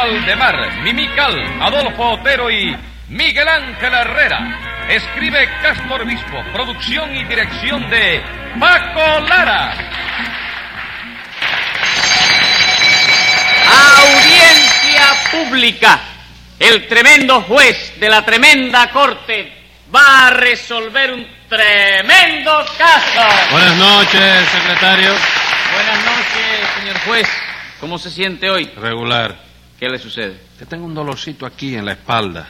Aguilar, Mimical, Adolfo Otero y Miguel Ángel Herrera. Escribe Castor Obispo, producción y dirección de Paco Lara. Audiencia pública. El tremendo juez de la tremenda corte va a resolver un tremendo caso. Buenas noches, secretario. Buenas noches, señor juez. ¿Cómo se siente hoy? Regular. ¿Qué le sucede? Te tengo un dolorcito aquí en la espalda.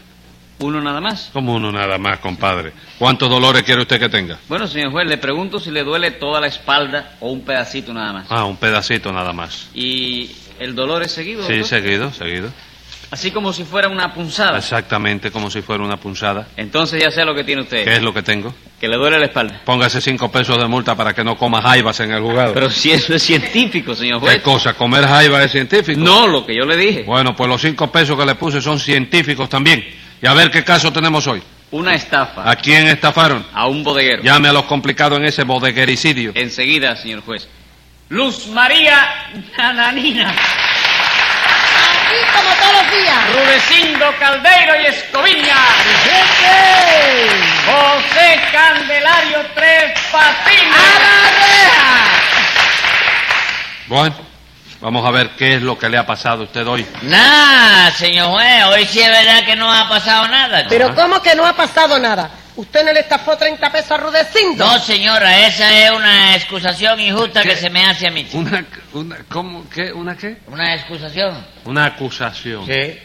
¿Uno nada más? Como uno nada más, compadre. ¿Cuántos dolores quiere usted que tenga? Bueno, señor juez, le pregunto si le duele toda la espalda o un pedacito nada más. Ah, un pedacito nada más. ¿Y el dolor es seguido? Sí, doctor? seguido, seguido. Así como si fuera una punzada. Exactamente como si fuera una punzada. Entonces ya sé lo que tiene usted. ¿Qué es lo que tengo? Que le duele la espalda. Póngase cinco pesos de multa para que no coma jaivas en el jugado. Pero si eso es científico, señor ¿Qué juez. cosa? ¿Comer jaiba es científico? No, lo que yo le dije. Bueno, pues los cinco pesos que le puse son científicos también. Y a ver qué caso tenemos hoy. Una estafa ¿A quién estafaron? a un bodeguero. Llame a los complicados en ese bodeguericidio. Enseguida, señor juez. Luz María Nananina, Aquí como todos los días. Rudecindo Caldeiro y Escoviña, José Candelario Tres Patines. Bueno, vamos a ver qué es lo que le ha pasado a usted hoy. Nah, señor juez, hoy sí es verdad que no ha pasado nada. chico. Pero ¿cómo que no ha pasado nada? Usted no le estafó 30 pesos a Rudecindo. No, señora, esa es una excusación injusta que se me hace a mí. chico. Una, una, ¿cómo, qué, una qué? ¿Una excusación? Una acusación. Sí.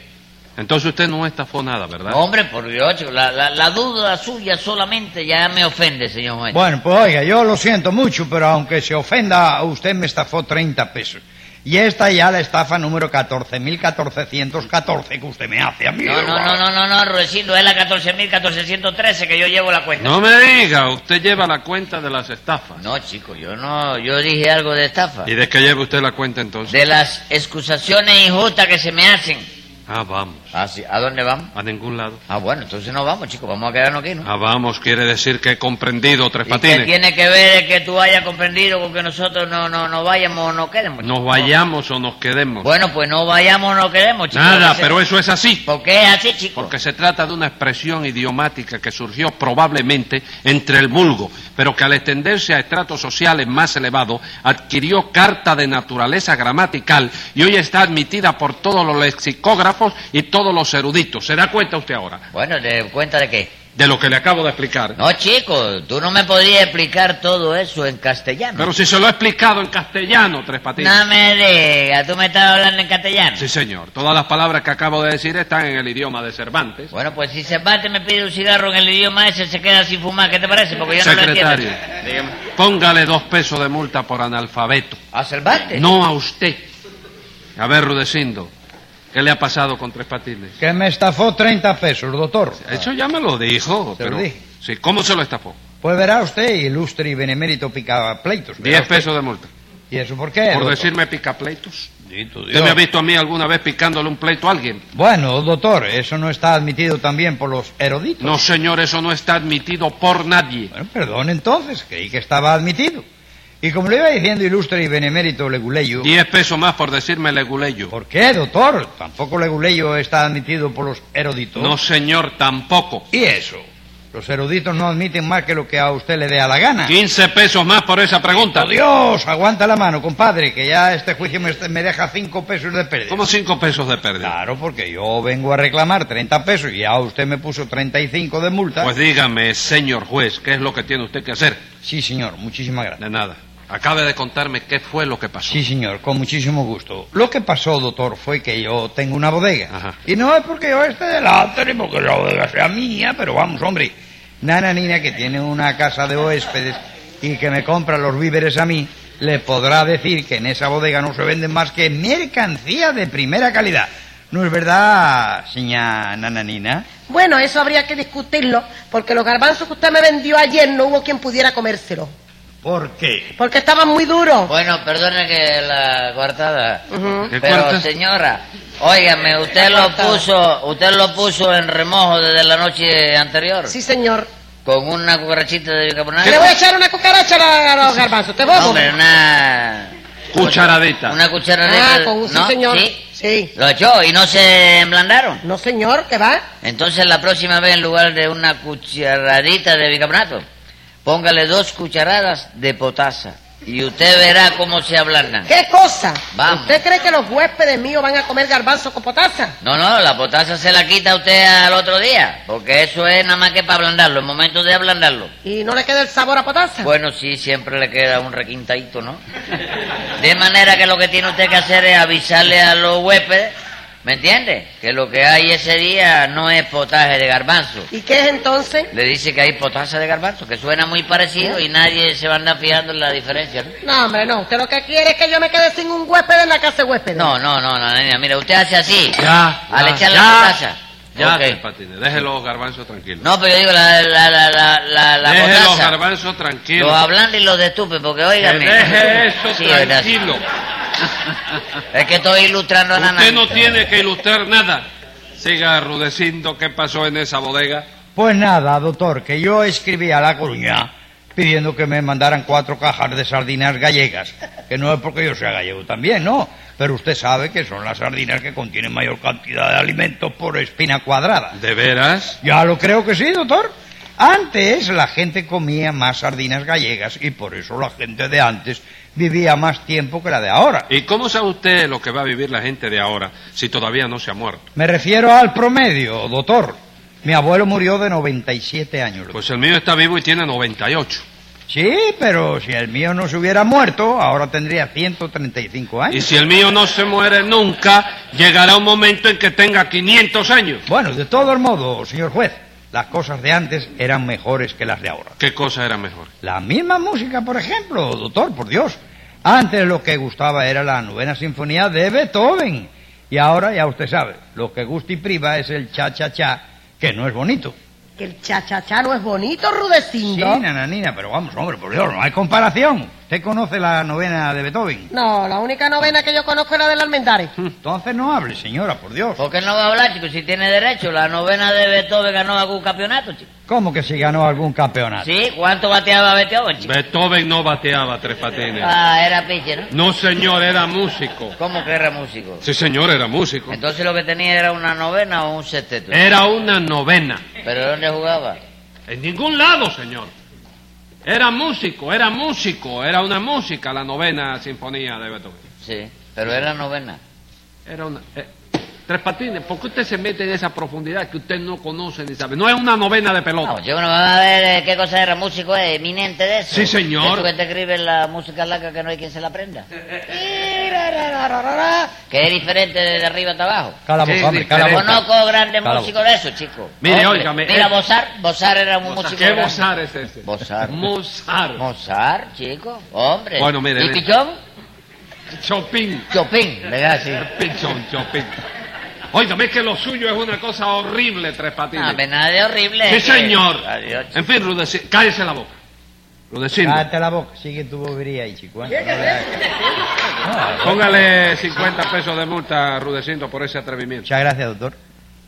Entonces usted no estafó nada, ¿verdad? Hombre, por Dios, chico, la, la- la duda suya solamente ya me ofende, señor juez. Bueno, pues oiga, yo lo siento mucho, pero aunque se ofenda, usted me estafó 30 pesos. Y esta ya la estafa número 14.414 que usted me hace a mí. No, no, no, no, no, no, Rudecindo, es la 14.413 que yo llevo la cuenta. No me diga, usted lleva la cuenta de las estafas. No, chico, yo no, yo dije algo de estafa. ¿Y de qué lleva usted la cuenta entonces? De las excusaciones injustas que se me hacen. Ah, vamos. Ah, sí, ¿A dónde vamos? A ningún lado. Ah, bueno, entonces no vamos, chicos, vamos a quedarnos aquí, ¿no? Ah, vamos, quiere decir que he comprendido, Tres ¿Y qué Patines. tiene que ver el que tú hayas comprendido con que nosotros no, no, no vayamos o no queremos? chico? Nos vayamos o nos quedemos. Bueno, pues no vayamos o no queremos, chicos. Nada, Ese- pero eso es así. ¿Por qué es así, chicos? Porque se trata de una expresión idiomática que surgió probablemente entre el vulgo, pero que al extenderse a estratos sociales más elevados adquirió carta de naturaleza gramatical y hoy está admitida por todos los lexicógrafos y todos los eruditos. ¿Se da cuenta usted ahora Bueno, ¿te cuenta de qué? de lo que le acabo de explicar? No, chicos, tú no me podías explicar todo eso en castellano. Pero si se lo he explicado en castellano, Tres Patines. No me digas, tú me estabas hablando en castellano. Sí, señor. Todas las palabras que acabo de decir están en el idioma de Cervantes. Bueno, pues si se bate me pide un cigarro en el idioma ese, se queda sin fumar, ¿qué te parece? Porque yo no lo Secretario, entiendo. póngale dos pesos de multa por analfabeto. ¿A Cervantes? No a usted. A ver, Rudecindo, ¿qué le ha pasado con Tres Patines? Que me estafó 30 pesos, doctor. Eso ya me lo dijo, Ah. Se pero... lo dije. Sí, ¿cómo se lo estafó? Pues verá usted, ilustre y benemérito picaba pleitos. verá Diez usted. pesos de multa. ¿Y eso por qué? Por doctor? decirme pica pleitos. ¿Usted me ha visto a mí alguna vez picándole un pleito a alguien? Bueno, doctor, eso no está admitido también por los eruditos. No, señor, eso no está admitido por nadie. Bueno, perdón entonces, creí que estaba admitido. Y como le iba diciendo ilustre y benemérito Leguleyo... Diez pesos más por decirme leguleyo. ¿Por qué, doctor? Tampoco Leguleyo está admitido por los eruditos. No, señor, tampoco. ¿Y eso? Los eruditos no admiten más que lo que a usted le dé a la gana. Quince pesos más por esa pregunta. ¡Oh, Dios! Aguanta la mano, compadre, que ya este juicio me, me deja cinco pesos de pérdida. ¿Cómo cinco pesos de pérdida? Claro, porque yo vengo a reclamar 30 pesos y ya usted me puso 35 de multa. Pues dígame, señor juez, ¿qué es lo que tiene usted que hacer? Sí, señor, muchísimas gracias. De nada. Acabe de contarme qué fue lo que pasó. Sí, señor, con muchísimo gusto. Lo que pasó, doctor, fue que yo tengo una bodega. Ajá. Y no es porque yo esté delante ni porque la bodega sea mía, pero vamos, hombre. Nana Nina, que tiene una casa de huéspedes y que me compra los víveres a mí, le podrá decir que en esa bodega no se venden más que mercancía de primera calidad. ¿No es verdad, señora Nana Nina? Bueno, eso habría que discutirlo, porque los garbanzos que usted me vendió ayer no hubo quien pudiera comérselo, ¿Por qué? porque estaban muy duros. Bueno, perdone que la coartada. ¿Qué Pero cuarta? señora, óigame, usted lo puso, usted lo puso en remojo desde la noche anterior Sí, señor. con una cucarachita de bicarbonato. Le voy a echar una cucaracha a la- a los garbanzos, ¿te No, bobo? hombre, una Cucharadita. una cucharadita. Ah, con- sí, no, señor. sí, Sí. Lo echó y no se emblandaron. No, señor, ¿qué va? Entonces la próxima vez en lugar de una cucharadita de bicarbonato, póngale dos cucharadas de potasa y usted verá cómo se ablandan. ¿Qué cosa? Vamos. ¿Usted cree que los huéspedes míos van a comer garbanzos con potasa? No, no, la potasa se la quita usted al otro día, porque eso es nada más que para ablandarlo, el momento de ablandarlo. ¿Y no le queda el sabor a potasa? Bueno, sí, siempre le queda un requintadito, ¿no? De manera que lo que tiene usted que hacer es avisarle a los huéspedes, ¿me entiende? Que lo que hay ese día no es potaje de garbanzo. ¿Y qué es entonces? Le dice que hay potasa de garbanzo, que suena muy parecido y nadie se va a andar fijando en la diferencia, ¿no? No, hombre, no. Usted lo que quiere es que yo me quede sin un huésped en la casa de huéspedes. No, no, no, no, nena, mira, usted hace así. Ya, Al ya, echar ya. la potasa. Ya, Ok. Tres Patines, déjelo garbanzo tranquilo. No, pero yo digo la, la, la, la, la, la Deje los potasa. garbanzos Los tranquilos. hablan y los de estupe, porque Que óigame. deje eso Sí, gracias. tranquilo. Es que estoy ilustrando a Nana. Usted no tiene que ilustrar nada. Siga arrudeciendo qué pasó en esa bodega. Pues nada, doctor, que yo escribí a La Coruña pidiendo que me mandaran cuatro cajas de sardinas gallegas, que no es porque yo sea gallego también, no, pero usted sabe que son las sardinas que contienen mayor cantidad de alimentos por espina cuadrada. ¿De veras? Ya lo creo que sí, doctor. Antes la gente comía más sardinas gallegas y por eso la gente de antes vivía más tiempo que la de ahora. ¿Y cómo sabe usted lo que va a vivir la gente de ahora si todavía no se ha muerto? Me refiero al promedio, doctor. Mi abuelo murió de 97 años. Pues el mío está vivo y tiene 98. Sí, pero si el mío no se hubiera muerto, ahora tendría 135 Y años. si el mío no se muere nunca, llegará un momento en que tenga 500 años. Bueno, de todos modos, señor juez, las cosas de antes eran mejores que las de ahora. ¿Qué cosa era mejor? La misma música, por ejemplo, doctor, por Dios. Antes lo que gustaba era la novena sinfonía de Beethoven. Y ahora, ya usted sabe, lo que gusta y priva es el cha-cha-cha, que no es bonito. Que el cha-cha-cha no es bonito, Sí, Rudecindo. nananina, pero vamos, hombre, por Dios, no hay comparación. Usted conoce la novena de Beethoven. No, la única novena que yo conozco es la del Almendares. Entonces no hable, señora, por Dios. ¿Por qué no va a hablar, chico? Si tiene derecho, la novena de Beethoven ganó algún campeonato, chico. ¿Cómo que si ganó algún campeonato? ¿Sí? ¿Cuánto bateaba Beethoven, chico? Beethoven no bateaba tres patines. Ah, era piche, ¿no? No, señor, era músico. ¿Cómo que era músico? Sí, señor, era músico. Entonces lo que tenía era una novena o un sexteto. Era una novena. ¿Pero dónde jugaba? En ningún lado, señor. Era músico, era músico, era una música la novena sinfonía de Beethoven. Sí, pero era novena. Era una... eh, Tres Patines, ¿por qué usted se mete en esa profundidad que usted no conoce ni sabe? No es una novena de Vamos, pelota. yo no va a ver eh, qué cosa era músico, es eminente de eso. Sí, señor. Eso que te escribe la música laca que no hay quien se la aprenda. Que es diferente de, de arriba hasta abajo. Cala Sí, boca, hombre, cala diferente. boca. Conozco grandes Cala músicos de eso, chico. Mire, Hombre, óigame, Mira, eh. Bozar, Bozar era un músico. ¿Qué grande. Mozart Ah, es ese? Mozart. Mozart. Mozart, chico. Hombre. Bueno, mire, ¿Y mire. Pichón? Chopin. Chopin, ¿verdad? Sí. Pichón, Chopin. Óigame, es que lo suyo es una cosa horrible, Tres No, Patines. pero nada de Ah, horrible. sí, es que- señor. Adiós, chico. En fin, Rudecindo, cállese la boca. Rudecindo, Cállate la boca, sigue tu bobería ahí, chico. ¿eh? No le hagas. No, póngale 50 pesos de multa a Rudecindo por ese atrevimiento. Muchas gracias, doctor.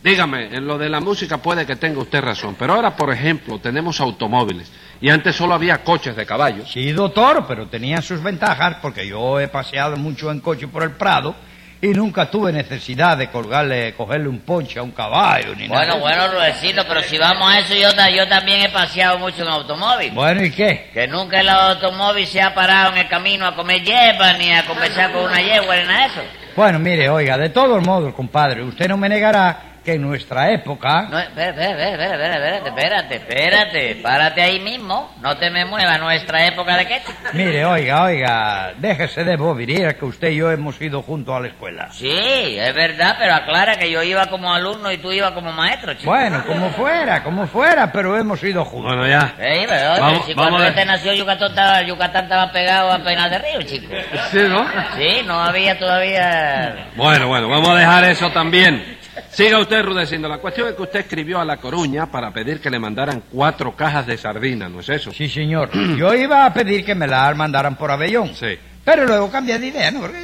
Dígame, en lo de la música puede que tenga usted razón, pero ahora, por ejemplo, tenemos automóviles y antes solo había coches de caballos. Sí, doctor, pero tenía sus ventajas porque yo he paseado mucho en coche por el Prado y nunca tuve necesidad de colgarle, cogerle un ponche a un caballo ni Bueno, nada. bueno, Rudecindo, pero si vamos a eso, yo, ta- yo también he paseado mucho en automóvil. Bueno, ¿y qué? Que nunca el automóvil se ha parado en el camino a comer hierba, ni a conversar con una yegua, ni nada de eso. Bueno, mire, oiga, de todos modos, compadre, usted no me negará que en nuestra época... No, eh, espera, espera, espera, espera, espérate, espérate, espérate, párate ahí mismo, no te me muevas, nuestra época de qué. chico? Mire, oiga, oiga, déjese de bobería que usted y yo hemos ido juntos a la escuela. Sí, es verdad, pero aclara que yo iba como alumno y tú ibas como maestro, chico. Bueno, como fuera, como fuera, pero hemos ido juntos. Bueno, ya. Sí, pero oye, Vamos- si vamos cuando a ver. este nació Yucatán estaba, Yucatán estaba pegado a Penal de Río, chico. Sí, ¿no? Sí, no había todavía... Bueno, bueno, vamos a dejar eso también. Siga usted rudeciendo. La cuestión es que usted escribió a La Coruña para pedir que le mandaran cuatro cajas de sardinas, ¿no es eso? Sí, señor. Yo iba a pedir que me la mandaran por Avellón. Sí. Pero luego cambié de idea, ¿no? Porque,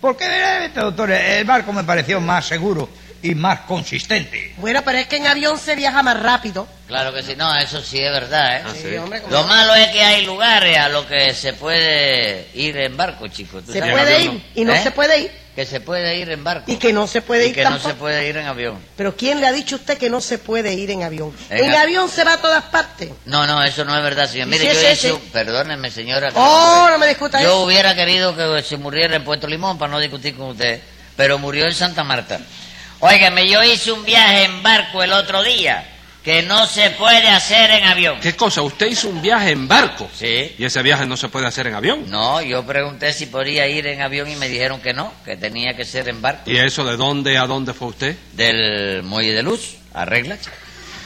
porque este doctor, el barco me pareció más seguro y más consistente. Bueno, pero es que en avión se viaja más rápido. Claro que sí, no, eso sí es verdad, ¿eh? Ah, Sí, hombre, como- Lo malo es que hay lugares a los que se puede ir en barco, chicos. se puede ir y no ¿Eh? se puede ir. que se puede ir en barco Y que no se puede y ir que no tampoco. se puede ir en avión. Pero ¿quién le ha dicho a usted que no se puede ir en avión? En En, a- avión se va a todas partes. No, no, eso no es verdad, señor. Y Mire, si yo es he ese- hecho- perdóneme, señora. que Oh, no- no me discuta yo eso. hubiera querido que se muriera en Puerto Limón para no discutir con usted, pero murió en Santa Marta. Óigame, yo hice un viaje en barco el otro día que no se puede hacer en avión. ¿Qué cosa? Usted hizo un viaje en barco. Sí. Y ese viaje no se puede hacer en avión. No, yo pregunté si podía ir en avión y me dijeron que no, que tenía que ser en barco. ¿Y eso de dónde a dónde fue usted? Del muelle de luz, arregla.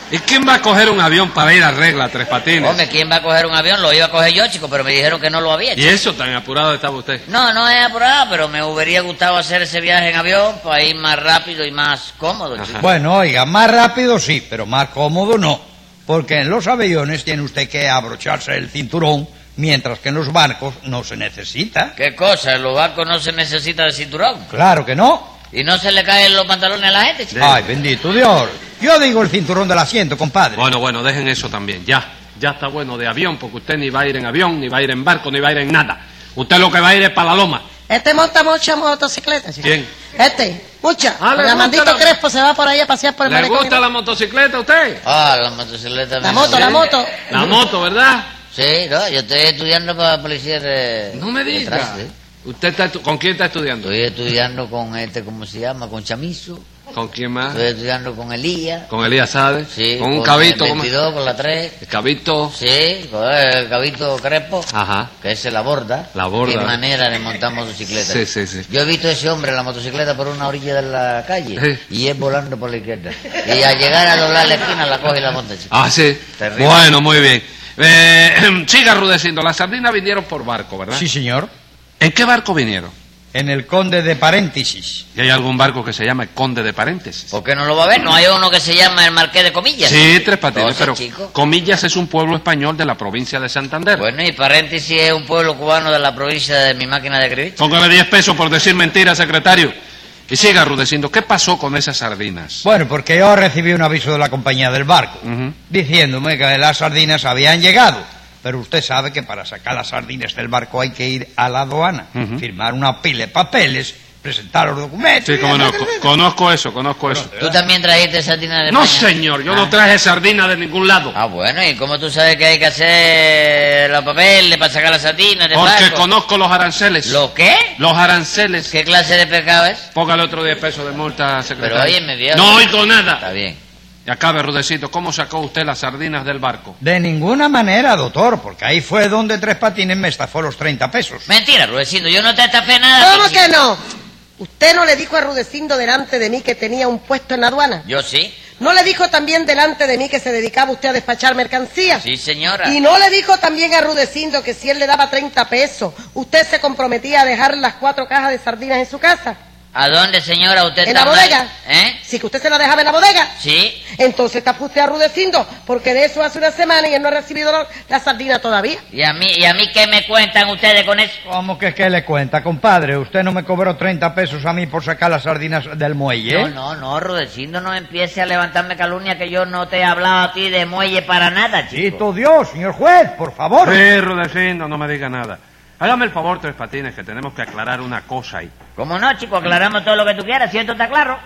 ¿Y quién va a coger un avión para ir a regla Tres Patines? Hombre, ¿quién va a coger un avión? Lo iba a coger yo, chico, pero me dijeron que no lo había hecho. ¿Y eso tan apurado estaba usted? No, no es apurado, pero me hubiera gustado hacer ese viaje en avión para ir más rápido y más cómodo. Ah. chico. Bueno, oiga, más rápido sí, pero más cómodo no. Porque en los aviones tiene usted que abrocharse el cinturón, mientras que en los barcos no se necesita. ¿Qué cosa? En los barcos no se necesita de cinturón. Claro que no. ¿Y no se le caen los pantalones a la gente, chico? Ay, bendito Dios. Yo digo el cinturón del asiento, compadre. Bueno, bueno, dejen eso también, ya. Ya está bueno de avión, porque usted ni va a ir en avión, ni va a ir en barco, ni va a ir en nada. Usted lo que va a ir es para la loma. Este monta mucha motocicleta, chico. ¿Quién? Este, mucha. Ah, le la gusta mandito la- Crespo se va por ahí a pasear por Pues el ¿Le malecón y gusta no- la motocicleta a usted? Ah, la motocicleta. La me- moto, la moto. La moto, ¿verdad? Sí, no, yo estoy estudiando para policía de... No me de diga. tránsito, ¿eh? ¿Usted está estu- ¿Con quién está estudiando? Estoy estudiando con este, ¿cómo se llama? Con Chamizo. ¿Con quién más? Estoy estudiando con Elías. ¿Con Elías Sade? Sí, Ah. ¿Con un cabito? cabito. Con el ¿Cómo? 22, con la 3. ¿El cabito? Sí, con el cabito Crespo. Ajá. que es la borda. La borda. Qué manera de montar motocicleta. Sí, sí, sí. Yo he visto a ese hombre en la motocicleta por una orilla de la calle Sí. y es volando por la izquierda. Y al llegar a doblar la esquina la coge y la monta. chico. Ah, sí. Terrible. Bueno, muy bien. Eh, siga rudeciendo. Las sardinas vinieron por barco, ¿verdad? Sí, señor. ¿En qué barco vinieron? En el conde de paréntesis. ¿Y hay algún barco que se llama el Conde de Paréntesis? ¿Por qué no lo va a ver? No hay uno que se llama el Marqués de Comillas. Sí, Tres Patines, Entonces, pero chico. Comillas es un pueblo español de la provincia de Santander. Bueno, y paréntesis es un pueblo cubano de la provincia de mi máquina de escribir. Póngale 10 pesos por decir mentira, secretario. Y siga rudeciendo. ¿Qué pasó con esas sardinas? Bueno, porque yo recibí un aviso de la compañía del barco Ujú. diciéndome que las sardinas habían llegado. Pero usted sabe que para sacar las sardinas del barco hay que ir a la aduana, Ujú. firmar una pila de papeles, presentar los documentos. Sí, cómo no. co- Conozco eso, conozco eso. ¿Tú también trajiste sardina de No, España? señor, yo Ah. no traje sardinas de ningún lado. Ah, bueno, ¿y cómo tú sabes que hay que hacer los papeles para sacar la sardina de Porque barco? conozco los aranceles. ¿Lo qué? Los aranceles. ¿Qué clase de pecado es? Póngale otro 10 pesos de multa, secretario. Pero óyeme, viejo. No oigo Está nada. bien. Y acabe, Rudecito, ¿cómo sacó usted las sardinas del barco? De ninguna manera, doctor, porque ahí fue donde Tres Patines me estafó los 30 pesos. Mentira, Rudecindo, yo no te estafé nada. ¿Cómo Rudecindo. que no? ¿Usted no le dijo a Rudecindo delante de mí que tenía un puesto en la aduana? Yo sí. ¿No le dijo también delante de mí que se dedicaba usted a despachar mercancías? Sí, señora. ¿Y no le dijo también a Rudecindo que si él le daba 30 pesos, usted se comprometía a dejar las cuatro cajas de sardinas en su casa? ¿A dónde, señora, usted ¿En está la mal? bodega? ¿Eh? Si que usted se la dejaba en la bodega. Sí. Entonces está usted arrudeciendo, porque de eso hace una semana y él no ha recibido la, la sardina todavía. ¿Y a mí, y a mí qué me cuentan ustedes con eso? ¿Cómo que qué le cuenta, compadre? Usted no me cobró 30 pesos a mí por sacar las sardinas del muelle. No, no, no, Rudecindo, no empiece a levantarme calumnia que yo no te he hablado a ti de muelle para nada, chico. Bendito Dios, señor juez, por favor. Sí, Rudecindo, no me diga nada. Hágame el favor, Tres Patines, que tenemos que aclarar una cosa ahí. ¿Cómo no, chico? Aclaramos todo lo que tú quieras, ¿cierto? ¿Está claro?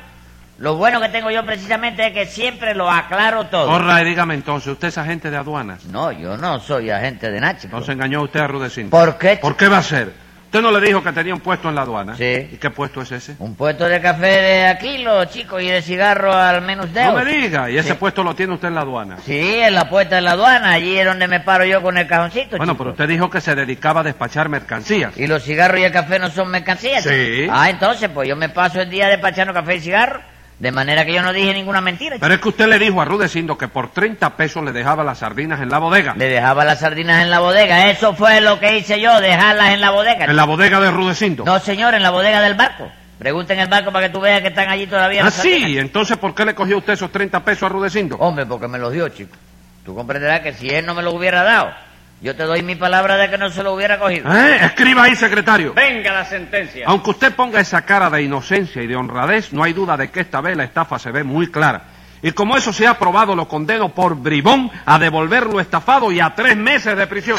Lo bueno que tengo yo precisamente es que siempre lo aclaro todo. Corra y dígame entonces, ¿usted es agente de aduanas? No, yo no soy agente de Nacho. ¿No se engañó usted a Rudecindo? ¿Por qué? chico? ¿Por qué va a ser? ¿Usted no le dijo que tenía un puesto en la aduana? Sí. ¿Y qué puesto es ese? Un puesto de café de a kilo, chico, y de cigarro al menos de. No me diga, y ese Sí. puesto lo tiene usted en la aduana. Sí, en la puerta de la aduana, allí es donde me paro yo con el cajoncito. Bueno, chico. pero usted dijo que se dedicaba a despachar mercancías. ¿Y los cigarros y el café no son mercancías? Sí. Ah, entonces, pues yo me paso el día despachando café y cigarro, de manera que yo no dije ninguna mentira. chico. Pero es que usted le dijo a Rudecindo que por 30 pesos le dejaba las sardinas en la bodega. Le dejaba las sardinas en la bodega, eso fue lo que hice yo, dejarlas en la bodega. En la bodega de Rudecindo. No, señor, en la bodega del barco. Pregunten el barco para que tú veas que están allí todavía. Ah, las sardinas. sí, entonces ¿por qué le cogió usted esos 30 pesos a Rudecindo? Hombre, porque me los dio, chico. Tú comprenderás que si él no me los hubiera dado, yo te doy mi palabra de que no se lo hubiera cogido. ¿Eh? Escriba ahí, secretario. Venga la sentencia. Aunque usted ponga esa cara de inocencia y de honradez, no hay duda de que esta vez la estafa se ve muy clara. Y como eso se ha probado, lo condeno por bribón a devolver lo estafado y a tres meses de prisión.